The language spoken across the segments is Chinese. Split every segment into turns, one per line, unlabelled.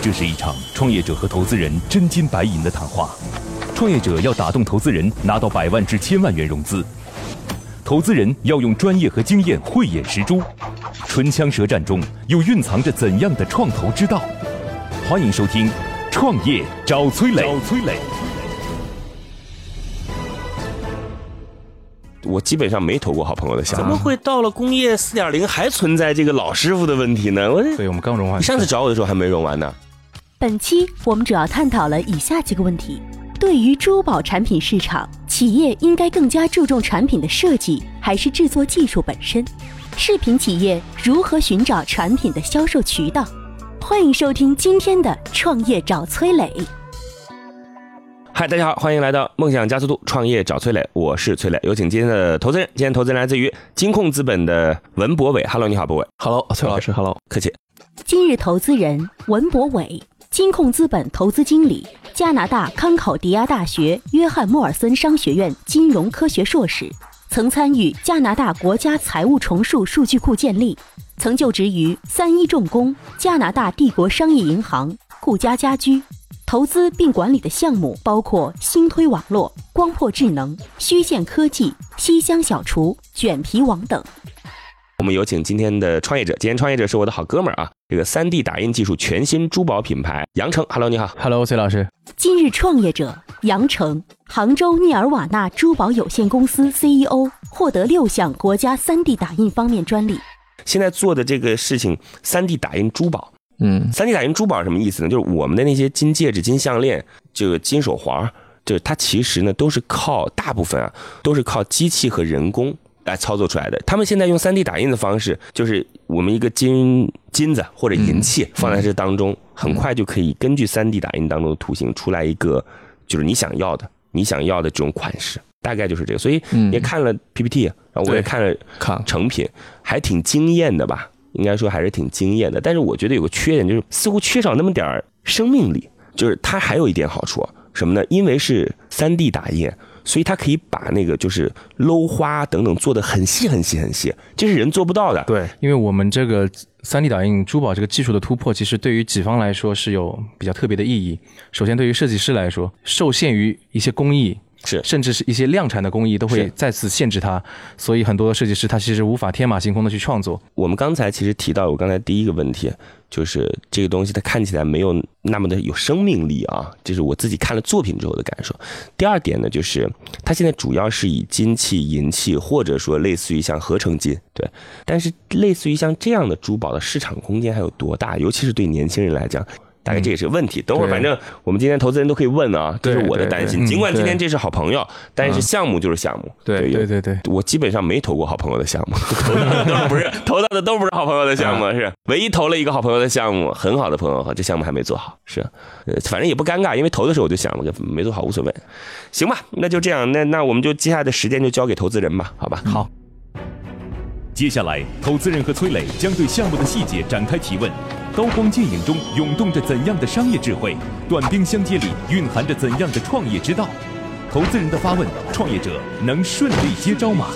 这是一场创业者和投资人真金白银的谈话。创业者要打动投资人，拿到百万至千万元融资；投资人要用专业和经验慧眼识珠。唇枪舌战中，又蕴藏着怎样的创投之道？欢迎收听《创业找崔磊》。
崔磊。我基本上没投过好朋友的项
怎
目
么，会到了工业四点零还存在这个老师傅的问题呢？我这
对我们刚融化
你。上次找我的时候还没用完呢。
本期我们主要探讨了以下几个问题：对于珠宝产品市场，企业应该更加注重产品的设计，还是制作技术本身？饰品企业如何寻找产品的销售渠道？欢迎收听今天的《创业找崔磊》。
嗨，大家好，欢迎来到梦想加速度创业找崔磊，我是崔磊，有请今天的投资人。今天投资人来自于金控资本的文博伟，Hello，你好，博伟，
Hello，崔哦老师，Hello，
客气。
今日投资人文博伟，金控资本投资经理，加拿大康考迪亚大学约翰莫尔森商学院金融科学硕士，曾参与加拿大国家财务重述数据库建立，曾就职于三一重工、加拿大帝国商业银行、顾家家居。投资并管理的项目包括新推网络、光破智能、虚线科技、西乡小厨、卷皮网等。
我们有请今天的创业者，今天创业者是我的好哥们儿啊，这个 3D 打印技术全新珠宝品牌羊城，Hello，你好。
，Hello，崔老师，
今日创业者杨成，杭州涅尔瓦纳珠宝有限公司 CEO，获得六项国家 3D 打印方面专利。
现在做的这个事情，3D 打印珠宝。
嗯，
3D 打印珠宝是什么意思呢？就是我们的那些金戒指、金项链、这个金手环，就是它其实呢都是靠大部分啊都是靠机器和人工来操作出来的。他们现在用 3D 打印的方式，就是我们一个金金子或者银器放在这当中，很快就可以根据 3D 打印当中的图形出来一个就是你想要的、你想要的这种款式，大概就是这个。所以
嗯
也看了 PPT，然后我也
对
看了
看，
成品，还挺惊艳的吧？应该说还是挺惊艳的。但是我觉得有个缺点，就是似乎缺少那么点儿生命力。就是它还有一点好处，什么呢？因为是3 D 打印，所以它可以把那个就是镂花等等做的很细很细很细，这是人做不到的。
对，因为我们这个 3D 打印珠宝这个技术的突破，其实对于己方来说是有比较特别的意义。首先，对于设计师来说，受限于一些工艺。
是
甚至是一些量产的工艺都会
是
再次限制它，所以很多的设计师他其实无法天马行空的去创作。
我们刚才其实提到，我刚才第一个问题就是这个东西它看起来没有那么的有生命力啊，这是我自己看了作品之后的感受。第二点呢，就是它现在主要是以金器、银器，或者说类似于像合成金，对。但是类似于像这样的珠宝的市场空间还有多大？尤其是对年轻人来讲。大概这也是个问题。等会儿，
嗯对
反正我们今天投资人都可以问啊，这
对
是我的
对
担心。
对
尽管今天
嗯
这是好朋友，但是项目就是项目。有
对对对，
我基本上没投过好朋友的项目，投到的都不是投到的都不是好朋友的项目，是唯一投了一个好朋友的项目，很好的朋友哈，这项目还没做好，是，呃，反正也不尴尬，因为投的时候我就想了，没做好无所谓，行吧，那就这样，那那我们就接下来的时间就交给投资人吧，好吧，
好，
接下来，投资人和崔磊将对项目的细节展开提问。刀光剑影中涌动着怎样的商业智慧？短兵相接里蕴含着怎样的创业之道？投资人的发问，创业者能顺利接招吗？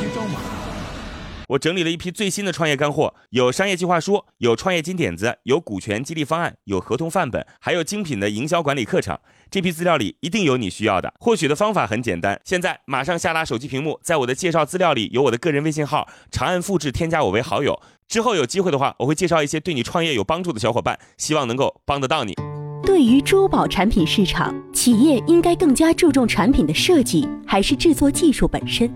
我整理了一批最新的创业干货，有商业计划书，有创业金点子，有股权激励方案，有合同范本，还有精品的营销管理课程。这批资料里一定有你需要的。获取的方法很简单，现在马上下拉手机屏幕，在我的介绍资料里有我的个人微信号，长按复制添加我为好友。之后有机会的话，我会介绍一些对你创业有帮助的小伙伴，希望能够帮得到你。
对于珠宝产品市场，企业应该更加注重产品的设计，还是制作技术本身？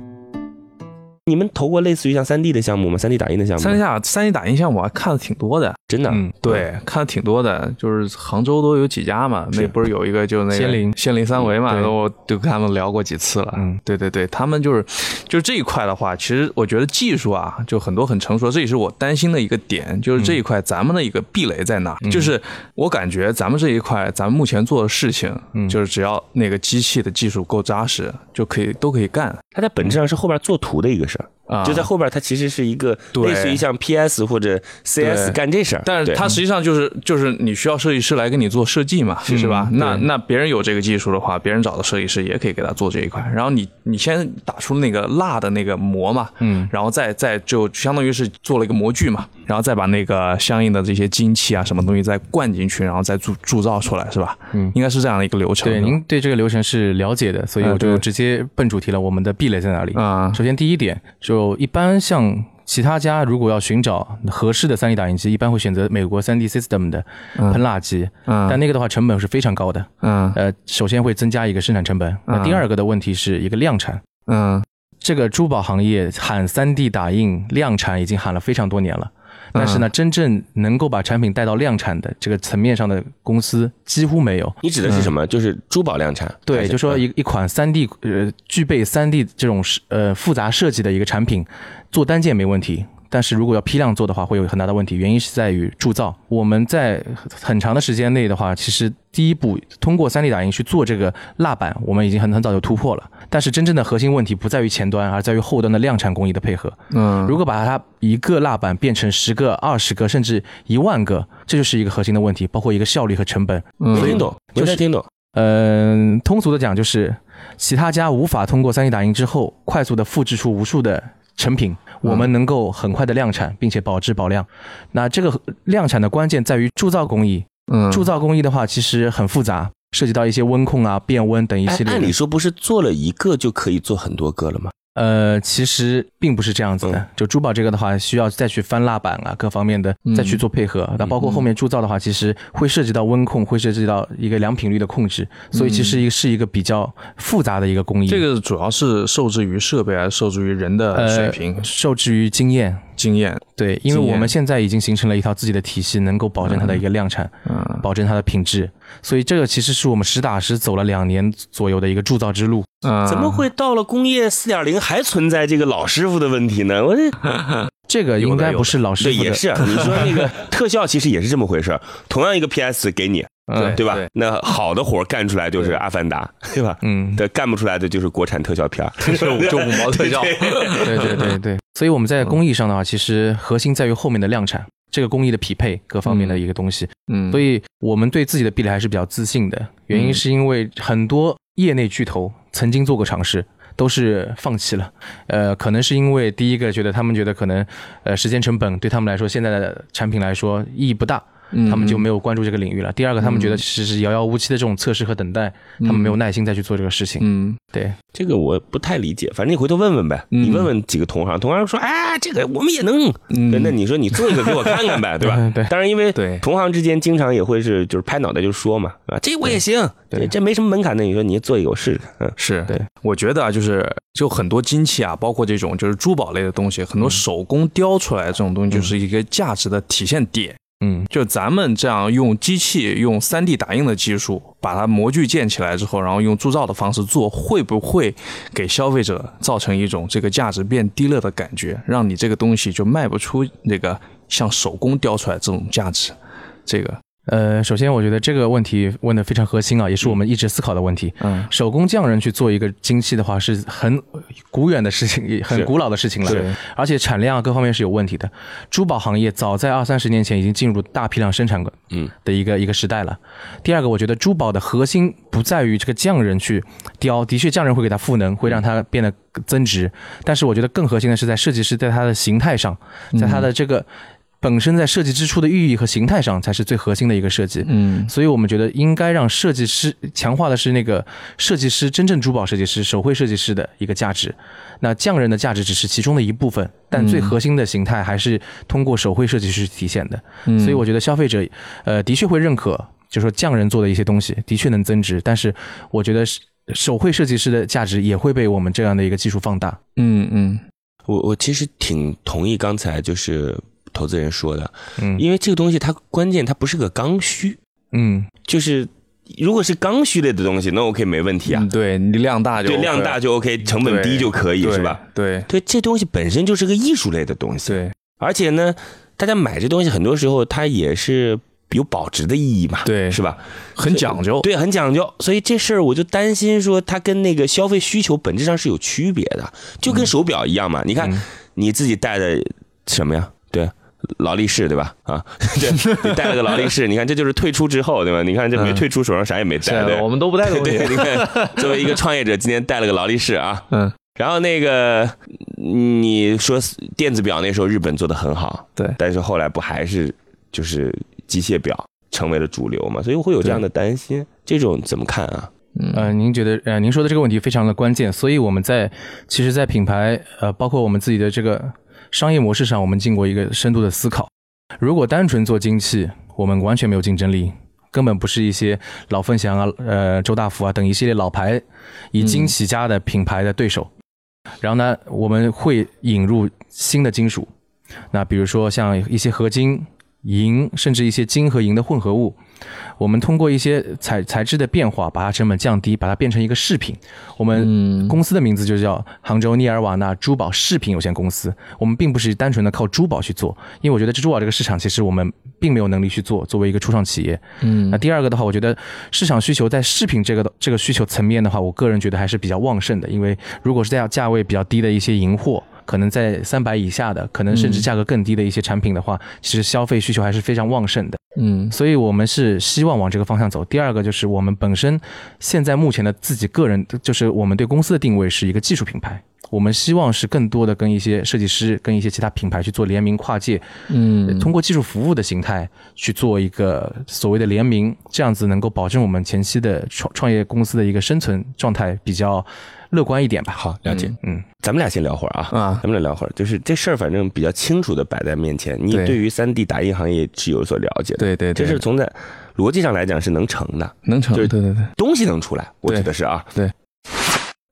你们投过类似于像3 D 的项目吗？3 D 打印的项目？
三下三 D 打印项目我还看的挺多的，
真的？啊
嗯，
对，看的挺多的，就是杭州都有几家嘛，
是
那不是有一个就那个
仙林
仙林三维嘛，
嗯对
我就跟他们聊过几次了。
嗯，
对对对，他们就是就这一块的话，其实我觉得技术啊，就很多很成熟，这也是我担心的一个点，就是
嗯
这一块咱们的一个壁垒在哪儿？就是我感觉咱们这一块，咱们目前做的事情，
嗯
就是只要那个机器的技术够扎实，就可以都可以干。
它在本质上是后边做图的一个事儿。
啊
就在后边它其实是一个
对
类似于像 PS 或者 CS
对
干这事儿，
但是
对
它实际上就是就是你需要设计师来给你做设计嘛，是
嗯
吧？那那别人有这个技术的话，别人找的设计师也可以给他做这一块。然后你你先打出那个蜡的那个膜嘛，嗯，然后再再就相当于是做了一个模具嘛，然后再把那个相应的这些精气啊什么东西再灌进去，然后再铸铸造出来，是吧？嗯，应该是这样的一个流程。
对，
是吧
您对这个流程是了解的，所以
哎
我就
对
直接奔主题了。我们的壁垒在哪里？
啊
首先第一点，就一般像其他家如果要寻找合适的 3D 打印机，一般会选择美国 3D System 的喷蜡机，
嗯
但那个的话成本是非常高的。
嗯
呃，首先会增加一个生产成本，那第二个的问题是一个量产。
嗯
这个珠宝行业喊 3D 打印量产已经喊了非常多年了，但是呢，真正能够把产品带到量产的这个层面上的公司几乎没有。嗯
你指的是什么？就是珠宝量产，还
对，
是
就说一一款三 D 呃具备三 D 这种是呃复杂设计的一个产品，做单件没问题。但是如果要批量做的话，会有很大的问题，原因是在于铸造。我们在很长的时间内的话，其实第一步通过 3D 打印去做这个蜡板，我们已经很很早就突破了。但是真正的核心问题不在于前端，而在于后端的量产工艺的配合。
嗯
如果把它一个蜡板变成十个、二十个，甚至一万个，这就是一个核心的问题，包括一个效率和成本。
没
嗯
听懂，
就
没
是
太听懂。
嗯，通俗的讲就是，其他家无法通过 3D 打印之后快速的复制出无数的成品，我们能够很快的量产，并且保质保量。那这个量产的关键在于铸造工艺，
嗯
铸造工艺的话其实很复杂，涉及到一些温控啊、变温等一
哎
系列
按
的
理。说不是做了一个就可以做很多个了吗？
呃，其实并不是这样子的
嗯。
就珠宝这个的话，需要再去翻蜡板啊，各方面的
嗯
再去做配合。那包括后面铸造的话，其实会涉及到温控，会涉及到一个良品率的控制，所以其实一个是一个比较复杂的一个工艺。
嗯这个主要是受制于设备，还是受制于人的水平、
呃受制于经验。
经验？
对，因为
经验
我们现在已经形成了一套自己的体系，能够保证它的一个量产，
嗯
保证它的品质。所以这个其实是我们实打实走了两年左右的一个铸造之路。
嗯，
怎么会到了工业四点零还存在这个老师傅的问题呢？我这
这个应该不是老师
对
傅
也
的，
是 啊，你说那个特效其实也是这么回事儿，同样一个 PS 给你，
嗯
对吧？那好的活儿干出来就是《阿凡达》，对吧？
嗯，
对，干不出来的就是国产特效 片儿，嗯
就五毛特效？
对对对 对。所以我们在工艺上的话，其实核心在于后面的量产，这个工艺的匹配各方面的一个东西。
嗯，
所以我们对自己的壁垒还是比较自信的，原因是因为很多业内巨头曾经做过尝试。都是放弃了，呃，可能是因为第一个觉得他们觉得可能，呃，时间成本对他们来说，现在的产品来说意义不大，
嗯
他们就没有关注这个领域了。第二个，他们觉得其实是遥遥无期的这种测试和等待，他们没有耐心再去做这个事情。
嗯
对，
这个我不太理解，反正你回头问问呗，
嗯
你问问几个同行，同行说，哎，这个我们也能，对那你说你做一个给我看看呗，对吧？
嗯对
当然，因为
对
同行之间经常也会是就是拍脑袋就说嘛，啊，这我也行，
对
这这没什么门槛的，你说你做一个我试试看，嗯，
是
对，
我觉得啊，就是就很多金器啊，包括这种就是珠宝类的东西，很多手工雕出来的这种东西，就是一个价值的体现点。
嗯，
就咱们这样用机器、用 3D 打印的技术把它模具建起来之后，然后用铸造的方式做，会不会给消费者造成一种这个价值变低了的感觉，让你这个东西就卖不出那个像手工雕出来这种价值？这个，
呃，首先我觉得这个问题问的非常核心啊，也是我们一直思考的问题。
嗯
手工匠人去做一个精细的话，是很古远的事情，也很古老的事情了。而且产量啊各方面是有问题的。珠宝行业早在二三十年前已经进入大批量生产的
嗯
的一个一个时代了。第二个，我觉得珠宝的核心不在于这个匠人去雕，的确匠人会给它赋能，会让它变得增值。但是我觉得更核心的是在设计师在它的形态上，在它的这个。本身在设计之初的寓意和形态上才是最核心的一个设计，
嗯
所以我们觉得应该让设计师强化的是那个设计师真正珠宝设计师、手绘设计师的一个价值。那匠人的价值只是其中的一部分，但最核心的形态还是通过手绘设计师体现的。
嗯
所以我觉得消费者，呃，的确会认可，就是说匠人做的一些东西的确能增值，但是我觉得是手绘设计师的价值也会被我们这样的一个技术放大。
嗯嗯
我我其实挺同意刚才就是投资人说的，
嗯
因为这个东西它关键它不是个刚需，
嗯，
就是如果是刚需类的东西，那 OK 没问题啊
嗯，，对你量大就
对，量
OK
大就 OK，成本低就可以
对
是吧？？
对
对，这东西本身就是个艺术类的东西，
对
而且呢，大家买这东西很多时候它也是有保值的意义嘛，
对
是吧？
很讲究。
对，很讲究，所以这事儿我就担
嗯
心说，它跟那个消费需求本质上是有区别的，就跟手表一样嘛。你看，你自己带的什么呀？对。劳力士对吧？啊， 对，你带了个劳力士，你看这就是退出之后对吧？你看这没退出，手上啥也没带，对
嗯啊我们都不带东西
对，。你看，作为一个创业者，今天带了个劳力士啊。
嗯，
然后那个，你说电子表那时候日本做的很好，
对
但是后来不还是就是机械表成为了主流嘛？所以我会有这样的担心，这种怎么看啊？
嗯
呃，您觉得呃，您说的这个问题非常的关键，所以我们在其实，在品牌呃，包括我们自己的这个商业模式上，我们经过一个深度的思考。如果单纯做精气，我们完全没有竞争力，根本不是一些老凤祥啊、呃周大福啊等一系列老牌以金起家的品牌的对手。然后呢，我们会引入新的金属，那比如说像一些合金、银，甚至一些金和银的混合物，我们通过一些材材质的变化，把它成本降低，把它变成一个饰品。我
嗯
们公司的名字就叫杭州涅尔瓦纳珠宝饰品有限公司。我们并不是单纯的靠珠宝去做，因为我觉得这珠宝这个市场其实我们并没有能力去做。作为一个初创企业，
呃
嗯，那第二个的话，我觉得市场需求在饰品这个的这个需求层面的话，我个人觉得还是比较旺盛的，因为如果是在价位比较低的一些银货。可能在三百以下的，可能甚至价格更低的一些产品的话，其实消费需求还是非常旺盛的。
嗯
所以我们是希望往这个方向走。第二个就是我们本身现在目前的自己个人，就是我们对公司的定位是一个技术品牌，我们希望是更多的跟一些设计师、跟一些其他品牌去做联名跨界，
嗯
通过技术服务的形态去做一个所谓的联名，这样子能够保证我们前期的创创业公司的一个生存状态比较乐观一点吧。
好，了解。
嗯，
咱们俩先聊会儿啊，
啊
咱们俩聊会儿，就是这事儿反正比较清楚的摆在面前，你
对
对于三 D 打印行业是有所了解的，
对对对
这事儿从在逻辑上来讲是能成的，
能成，
就
对
是
对对，
东西能出来，我觉得是啊。
对。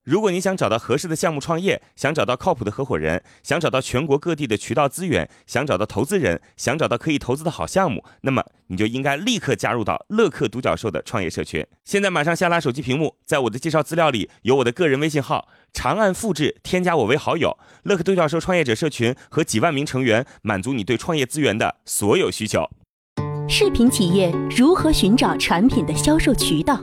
如果你想找到合适的项目创业，想找到靠谱的合伙人，想找到全国各地的渠道资源，想找到投资人，想找到可以投资的好项目，那么你就应该立刻加入到乐客独角兽的创业社群。现在马上下拉手机屏幕，在我的介绍资料里有我的个人微信号，长按复制，添加我为好友。乐客独角兽创业者社群和几万名成员，满足你对创业资源的所有需求。
视频企业如何寻找产品的销售渠道？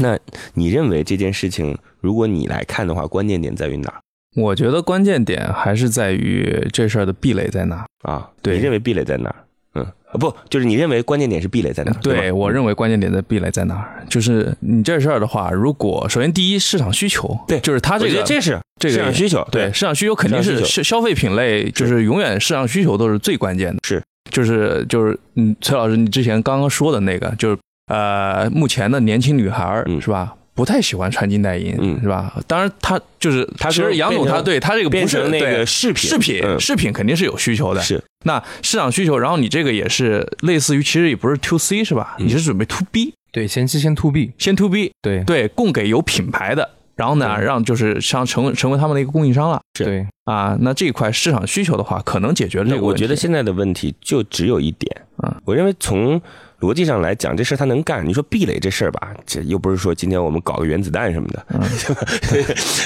那你认为这件事情，如果你来看的话，关键点在于哪儿？
我觉得关键点还是在于这事儿的壁垒在哪。
啊，
对
你认为壁垒在哪儿？嗯，啊不，就是你认为关键点是壁垒在哪儿？
对
吗
我认为关键点在壁垒在哪儿，就是你这事儿的话，如果首先第一市场需求，
对
就是它
我
这
觉
个
得这是
这个
市场需求，
对市场需求肯定
市
是
场需
消消费品类，就是永远市场需求都是最关键的。
是，
就是就是嗯，崔老师你之前刚刚说的那个，就是呃，目前的年轻女孩儿、
嗯
是吧？不太喜欢穿金戴银，
嗯
是吧？当然，她就是
她
其
说
实杨总
变成
他对他这个
变
不是
成那
对
个饰品，
饰品、
嗯
饰品肯定是有需求的，
是
那市场需求，然后你这个也是类似于，其实也不是 to C 是吧？
嗯
你是准备 to B，
对，前期先 to B，
先 to B，
对
对，供给有品牌的，然后呢，让就是像成为成为他们的一个供应商了
嗯是
对，
啊。那这一块市场需求的话，可能解决了这
那
个问
我
题。
觉得现在的问题就只有一点
嗯
我认为从逻辑上来讲，这事儿他能干。你说壁垒这事儿吧，这又不是说今天我们搞个原子弹什么的，
嗯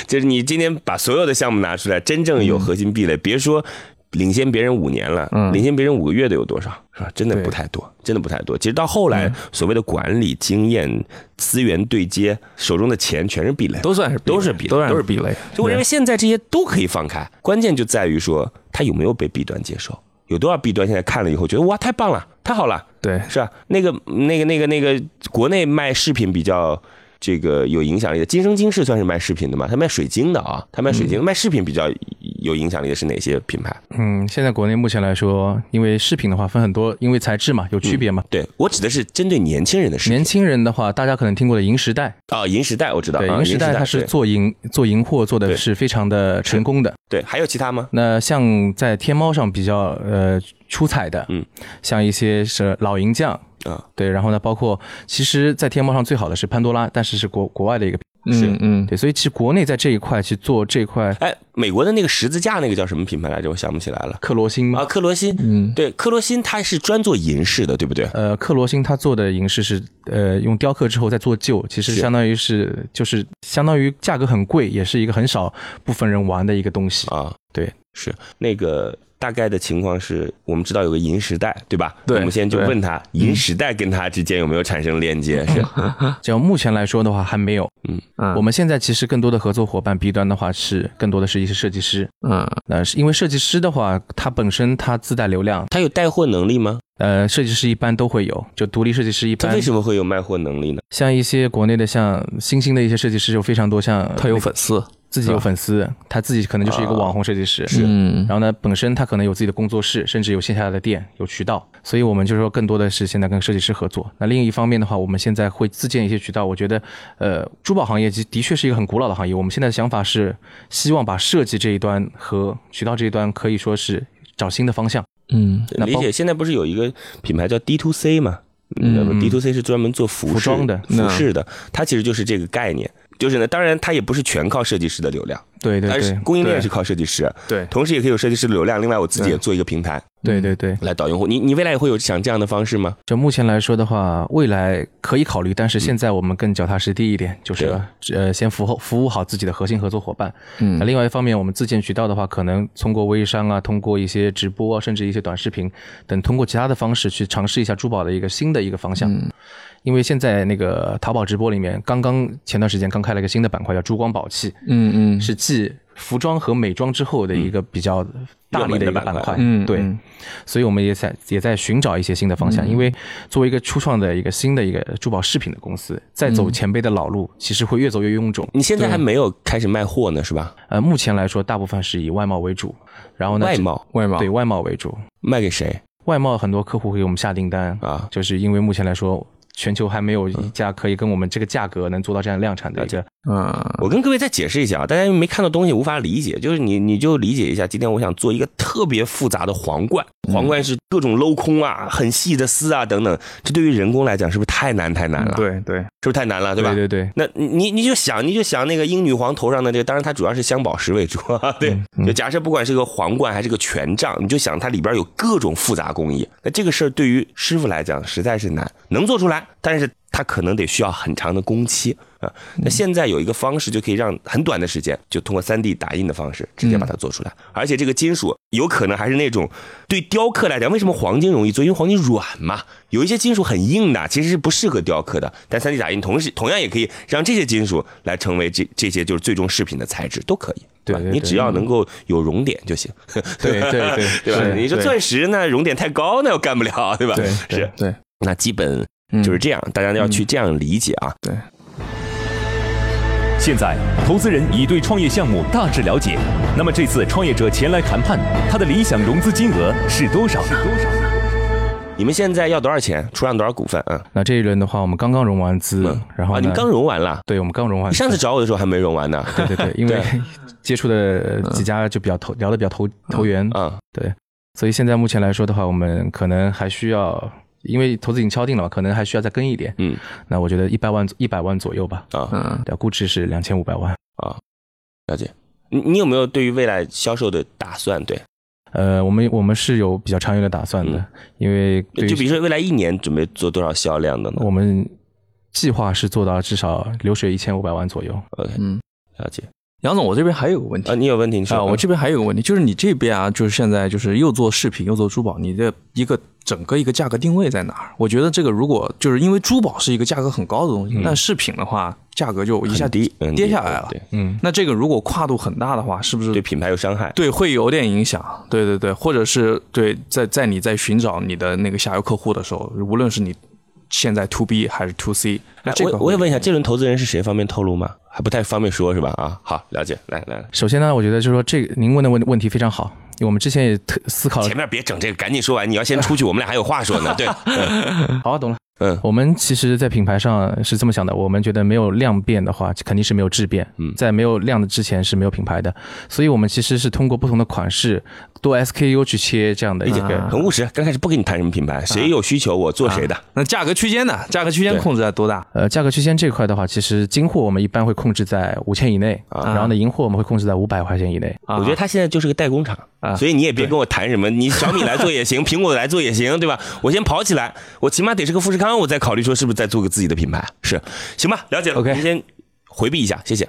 就是你今天把所有的项目拿出来，真正有核心壁垒，别说。领先别人五年了，
嗯
领先别人五个月的有多少？是吧？真的
对嗯
不太多，真的不太多。其实到后来，所谓的管理经验、资源对接，手中的钱全是壁垒，
都算是
都是壁
比
垒
都算
都是
壁垒。
就我认为现在这些都可以放开，关键就在于说它有没有被弊端接受，有多少弊端现在看了以后觉得哇太棒了，太好了，
对
是吧？那个那个那个那个国内卖饰品比较。这个有影响力的，今生今世算是卖饰品的嘛？他卖水晶的啊，他卖水晶，卖饰品比较有影响力的是哪些品牌？
嗯，现在国内目前来说，因为饰品的话分很多，因为材质嘛有区别嘛。
对我指的是针对年轻人的饰品
年轻人的话，大家可能听过的银时代，
啊，银时代我知道，
对，
啊
银时代它是
对
做银做银货做
对
的是非常的成功的。
对，还有其他吗？
那像在天猫上比较呃出彩的，
嗯，
像一些是老银匠
啊，
对，然后呢，包括其实，在天猫上最好的是潘多拉，但是是国国外的一个品
是
嗯嗯，
对，所以其实国内在这一块去做这块
哎，美国的那个十字架那个叫什么品牌来着？我想不起来了
克罗心嘛，
啊，克罗心，
嗯
对，克罗心它是专做银饰的，对不对？
呃，克罗心他做的银饰是呃用雕刻之后再做旧，其实
是
相当于是就是相当于价格很贵，也是一个很少部分人玩的一个东西。
啊，
对，
是那个。大概的情况是我们知道有个银时代，对吧？
对
我们先就
对
问他银时代跟他之间有没有产生链接？是，
只要目前来说的话，还没有。
嗯
我们现在其实更多的合作伙伴 B 端的话是更多的是一些设计师，
嗯
那是因为设计师的话，他本身他自带流量，
他有带货能力吗？
呃，设计师一般都会有，就独立设计师一
他
般
为什么会有卖货能力呢？
像一些国内的像新兴的一些设计师有非常多，像
他有粉丝，
自己有粉丝，他自己可能就是一个网红设计师，
啊是
嗯
然后呢，本身他可能有自己的工作室，甚至有线下的店、有渠道，所以我们就是说更多的是现在跟设计师合作。那另一方面的话，我们现在会自建一些渠道。我觉得，呃，珠宝行业其实的确是一个很古老的行业。我们现在的想法是，希望把设计这一端和渠道这一端可以说是找新的方向。
嗯
那
理
包
解，现在不是有一个品牌叫 D to C 嘛？
嗯
d to C 是专门做服饰
服装的
服饰的，它其实就是这个概念。就是呢，当然它也不是全靠设计师的流量，
对对
但哎是
对
供应链
对
是靠设计师，
对
同时也可以有设计师的流量。另外，我自己也做一个平台
对对对。
来导用户。你你未来也会有想这样的方式吗？
就目前来说的话，未来可以考虑，但
嗯
是现在我们更脚踏实地一点，就是呃，先服后服务好自己的核心合作伙伴。
啊嗯
那另外一方面，我们自建渠道的话，可能通过微商啊，通过一些直播啊，甚至一些短视频等，通过其他的方式去尝试一下珠宝的一个新的一个方向。
嗯
因为现在那个淘宝直播里面，刚刚前段时间刚开了一个新的板块叫珠光宝气，
嗯嗯
是继服装和美妆之后的一个比较大力的一个板块。
嗯
对。
嗯
所以我们也在也在寻找一些新的方
嗯
向，因为作为一个初创的一个新的一个珠宝饰品的公司，再走前辈的老路，其实会越走越臃肿。
你现在还没有开始卖货呢，是吧？
呃，目前来说，大部分是以外贸为主，然后呢，
外贸啊
外贸啊
对外贸为主，
卖给谁
外贸很多客户会给我们下订单，
啊？
就是因为目前来说。全球还没有一家可以跟我们这个价格能做到这样量产的一个，
嗯
我跟各位再解释一下啊，大家因为没看到东西无法理解，就是你你就理解一下。今天我想做一个特别复杂的皇冠，皇冠是各种镂空啊、很细的丝啊等等，这对于人工来讲是不是太难太难了？，
嗯对对
是不是太难了？嗯对吧？
对对对，
那你你你就想你就想那个英女皇头上的这个，当然它主要是镶宝石为主，啊对。就假设不管是个皇冠还是个权杖，你就想它里边有各种复杂工艺。那这个事儿对于师傅来讲实在是难，能做出来，但是它可能得需要很长的工期啊。那现在有一个方式就可以让很短的时间，就通过 3D 打印的方式直接把它做出来，而且这个金属有可能还是那种对雕刻来讲，为什么黄金容易做？因为黄金软嘛，有一些金属很硬的，其实是不适合雕刻的。但 3D 打印同时同样也可以让这些金属来成为这这些就是最终饰品的材质，都可以。
对
吧
对
你
对
只要能够有熔点就行，
对对对
对吧？
是
你说
对
钻石那熔点太高，那又干不了，对吧？
对
是。
对，
那基本
嗯
就是这样，大家要去这样理解啊。
现在，投资人已对创业项目大致了解。那么这次创业者前来谈判，他的理想融资金额是多少？是多少？
嗯
你们现在要多少钱？出让多少股份啊？
那这一轮的话，我们刚刚融完资
嗯，
然后
啊，
呢
你们刚融完了。
对，我们刚融完
你
资，
上次找我的时候还没融完呢。
对对对，因为 接触的几家就比较投聊的比较投投缘，
啊，
所以现在目前来说的话，我们可能还需要，因为投资已经敲定了嘛，可能还需要再跟一点。
嗯
那我觉得一百万一百万左右吧，
啊，
嗯
对，估值是两千五百万。
了解。你你有没有对于未来销售的打算？对，
呃，我们我们是有比较长远的打算的，
嗯
因为对于
就比如说未来一年准备做多少销量的呢
我们计划是做到至少流水一千五百万左右。
？OK，
嗯，
了解。
杨总，我这边还有个问题
啊，你有问题？你说
啊，我这边还有个问题，就是你这边啊，就是现在就是又做饰品又做珠宝，你的一个整个一个价格定位在哪儿？我觉得这个如果就是因为珠宝是一个价格很高的东西，但饰品的话价格就一下
嗯很低嗯
跌下来了。
对
嗯，
那这个如果跨度很大的话，是不是
对品牌有伤害。
对会有点影响？对对对，或者是对在在你在寻找你的那个下游客户的时候，无论是你现在 to B 还是 to C，那
哎
这个
我我也问一下，这轮投资人是谁？方便透露吗？还不太方便说，是吧？啊，好，了解。来来，
首先呢，我觉得就是说这个您问的问问题非常好，因为我们之前也特思考了
前面别整这个，赶紧说完。你要先出去，我们俩还有话说呢。 对，嗯
好、啊懂了。
嗯
我们其实，在品牌上是这么想的，我们觉得没有量变的话，肯定是没有质变。
嗯
在没有量的之前是没有品牌的，所以我们其实是通过不同的款式、多 SKU 去切这样的一个。
很务实。刚开始不跟你谈什么品
啊
牌，谁有需求我做谁的。
那价格区间呢？价格区间
对啊
控制在多大？
呃，价格区间这块的话，其实金货我们一般会控制在五千以内，
啊
然后呢，银货我们会控制在五百块钱以内。
啊
我觉得他现在就是个代工厂，
啊
所以你也别跟我谈什么，你小米来做也行， 苹果来做也行，对吧？我先跑起来，我起码得是个富士康，我再考虑说是不是再做个自己的品牌，是行吧？了解了
OK
您先回避一下，谢谢。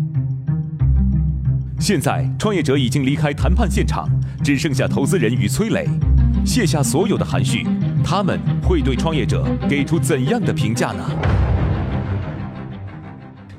现在，创业者已经离开谈判现场，只剩下投资人与崔磊，卸下所有的含蓄，他们会对创业者给出怎样的评价呢？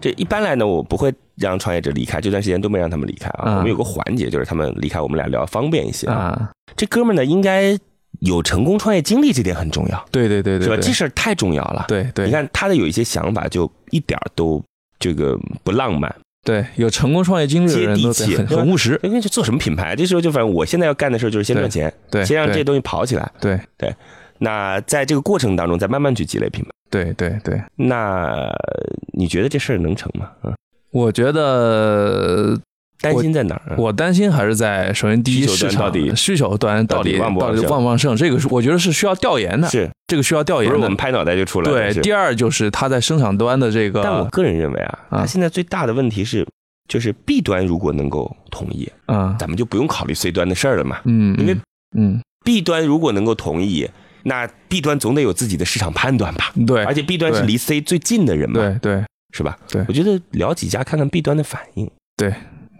这一般来呢，我不会让创业者离开，这段时间都没让他们离开啊。
嗯
我们有个环节，就是他们离开，我们俩聊方便一些啊。
啊，
这哥们儿呢，应该有成功创业经历，这点很重要，
对对对
是吧？
对
这
对，
事儿太重要了。
对对，
你看他的有一些想法，就一点儿都这个不浪漫。
对有成功创业经历的
接
人
地
都
气
得很
对吧
很务实，
因为就做什么品牌，这时候就反正我现在要干的事儿就是先赚钱，
对，
先让这
对
东西跑起来。
对
那在这个过程当中，再慢慢去积累品牌。
对对对，
那你觉得这事儿能成吗？嗯，
我觉得
担心在哪儿？嗯
我担心还是在首先第一
需求
市
端
场
到底
需求端
到
到
底
底
旺不旺
到底
盛
旺不旺盛，这个是我觉得是需要调研的，
是
这个需要调
不
研
是我
的
们。拍脑袋就出来了？
对，
是
第二就是它在生产端的这个，
但我个人认为啊，
啊
它现在最大的问题是，就是 B 端如果能够同意，
嗯
咱们就不用考虑 C 端的事儿了嘛。
嗯，
因为
嗯
B 端如果能够同意，那 B 端总得有自己的市场判断吧。
嗯对
而且 B 端是
对
离 C 最近的人嘛，
对对
是吧？
对嗯
我觉得聊几家看看 B 端的反应。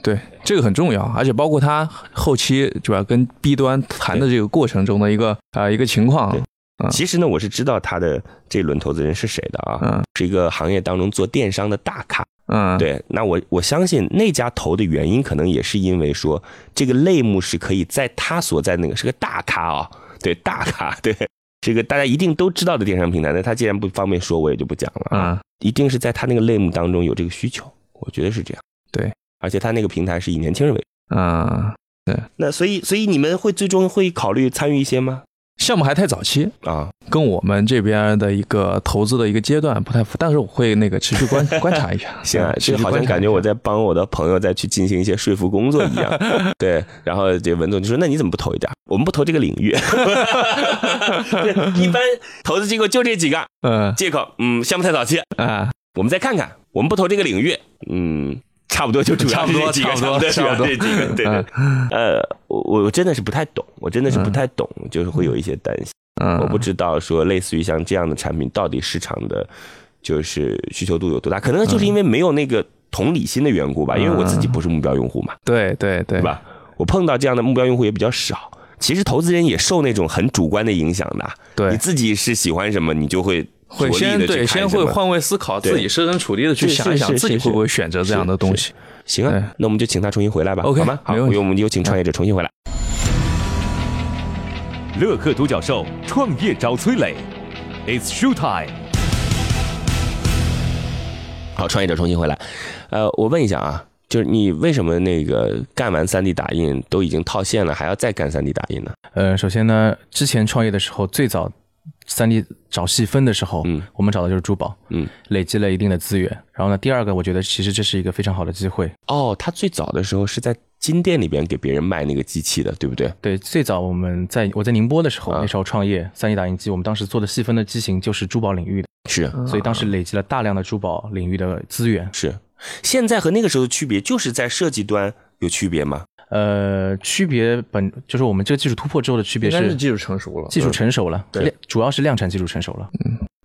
对，这个很重要，而且包括它后期主要跟 B 端谈的这个过程中的一个啊、一个情况
对，
嗯
其实呢，我是知道他的这轮投资人是谁的啊，
嗯
是一个行业当中做电商的大咖。
嗯，
对，那我我相信那家投的原因，可能也是因为说这个类目是可以在他所在那个是个大咖啊、对大咖， 对这个大家一定都知道的电商平台。那他既然不方便说，我也就不讲了啊。
嗯
一定是在他那个类目当中有这个需求，我觉得是这样。
对，
而且他那个平台是以年轻人为主。
嗯，
那所以所以你们会最终会考虑参与一些吗？
项目还太早期，
啊，
跟我们这边的一个投资的一个阶段不太符，但是我会那个持续观观察一下。
行啊，
嗯
这
持续
好像
观察
感觉
一下
我在帮我的朋友再去进行一些说服工作 一样。对，然后这文总就说：“那你怎么不投一点？我们不投这个领 域。 对一般投资机构就这几个
嗯
借口，嗯，项目太早期，
啊，
我们再看看，我们不投这个领域，嗯。”差不多就主要是这几个，
差不
差
多差不多
这几个，对，
嗯
呃，我我真的是不太懂，我真的是不太懂，就是会有一些担心。
嗯，
我不知道说类似于像这样的产品到底市场的就是需求度有多大，可能就是因为没有那个同理心的缘故吧，
嗯
因为我自己不是目标用户嘛，
对对对
对？吧？我碰到这样的目标用户也比较少。其实投资人也受那种很主观的影响的，你
对，
自己是喜欢什么，你就会
会
着力
先
地去
对
看
先
什
会
么
换位思考，自己设身处地的去
是
想一
是
想
是
自己
是
会不会选择这样的东西。
行啊
对，
那我们就请他重新回来吧
OK，
好吗？好，
没问题嗯
我们有请创业者重新回来。
乐客独角兽创业找崔磊，It's show time。
好，创业者重新回来。呃，我问一下啊，就是你为什么那个干完 3D 打印都已经套现了，还要再干 3D 打印呢？
呃，首先呢，之前创业的时候，最早三 D 找细分的时候，
嗯
我们找的就是珠宝，
嗯，
累积了一定的资源。然后呢，第二个，我觉得其实这是一个非常好的机会。
哦，他最早的时候是在金店里边给别人卖那个机器的，对不对？
对，最早我们在我在宁波的时候，
啊
那时候创业三 D 打印机，我们当时做的细分的机型就是珠宝领域的，
是
所以当时累积了大量的珠宝领域的资源。
是。现在和那个时候的区别，就是在设计端有区别吗？
呃，区别本就是我们这个技术突破之后的区别
应该
是
是技术成熟了
技术
嗯
成熟了，
对
量主要是量产技术成熟了。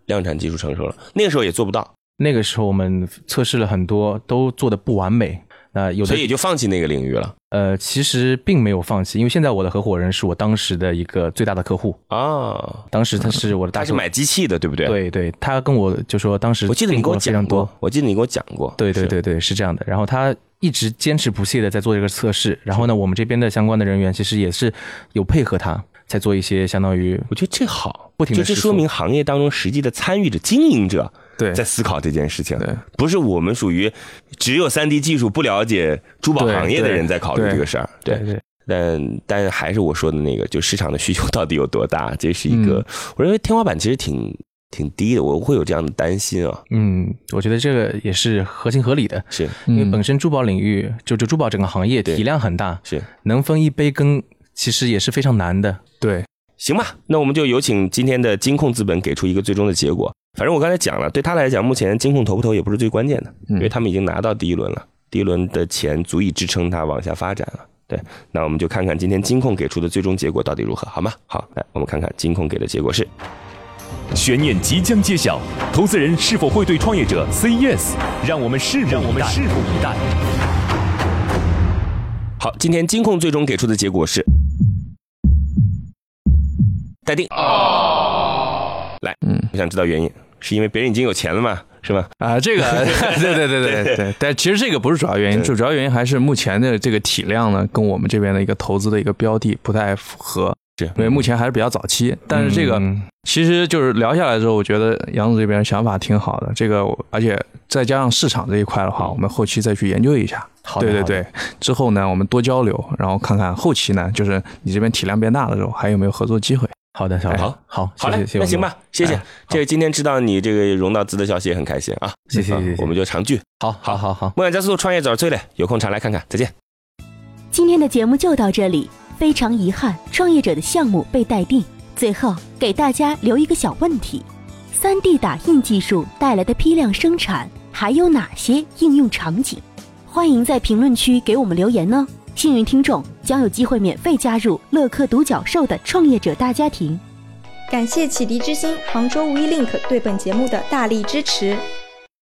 量产技术成熟了，那个时候也做不到，
那个时候我们测试了很多，都做的不完美。那有的
所以也就放弃那个领域了
呃，其实并没有放弃，因为现在我的合伙人是我当时的一个最大的客户，
啊。
当时他是我的大
他是
客户，
买机器的，对不对？，
对对，他跟我就说当时
我记得你
订
给
购
我
了非
讲
常多
过，，我记得你给我讲过，
对对
是，
对对，是这样的。然后他一直坚持不懈的在做这个测试，然后呢，我们这边的相关的人员其实也是有配合他，在做一些相当于
我觉得这好，
不停
就
地
这
试
说
错
明行业当中实际的参与者、经营者
对
在思考这件事情
对，
不是我们属于只有三 D 技术不了解珠宝
对
行业的
对
人在考虑
对
这个事儿，对
对。对
但但还是我说的那个，就市场的需求到底有多大，这是一个、
嗯
我认为天花板其实挺挺低的，我会有这样的担心啊。
嗯，我觉得这个也是合情合理的，
是
因
嗯
为本身珠宝领域就就珠宝整个行业
对
体量很大，
是，
能分一杯羹其实也是非常难的。
对，
行吧，那我们就有请今天的金控资本给出一个最终的结果。反正我刚才讲了，对他来讲，目前金控投不投也不是最关键的，因为他们已经拿到第一轮了，第一轮的钱足以支撑他往下发展了。对，那我们就看看今天金控给出的最终结果到底如何，好吗？好，来我们看看金控给的结果是
悬念即将揭晓，投资人是否会对创业者 say yes？让我们拭目我们拭目以待。
好，今天金控最终给出的结果是待定。来，嗯，我想知道原因，是因为别人已经有钱了嘛，是吗？
啊， 这个，对对对对对，但其实这个不是主要原因，主主要原因还是目前的这个体量呢，跟我们这边的一个投资的一个标的不太符合，
是
因为目前还是比较早期。但是这个
嗯
其实就是聊下来之后，我觉得杨总这边想法挺好的，这个我而且再加上市场这一块的话，我们后期再去研究一下。
嗯好的
对对
好的
对，之后呢，我们多交流，然后看看后期呢，就是你这边体量变大了之后，还有没有合作机会。
好的，小白，
好
好，
好嘞
谢，哎谢
那行，
谢
吧，谢谢。这个今天知道你这个融到资的消息也很开心啊，
谢谢
啊
谢谢
我们就常聚。
我们好好好好。
梦想加速度，创业找崔磊，有空常来看看，再见。
今天的节目就到这里，非常遗憾，创业者的项目被待定。最后给大家留一个小问题：三 D 打印技术带来的批量生产还有哪些应用场景？欢迎在评论区给我们留言呢。幸运听众将有机会免费加入乐客独角兽的创业者大家庭。
感谢启迪之星、杭州无一 link 对本节目的大力支持。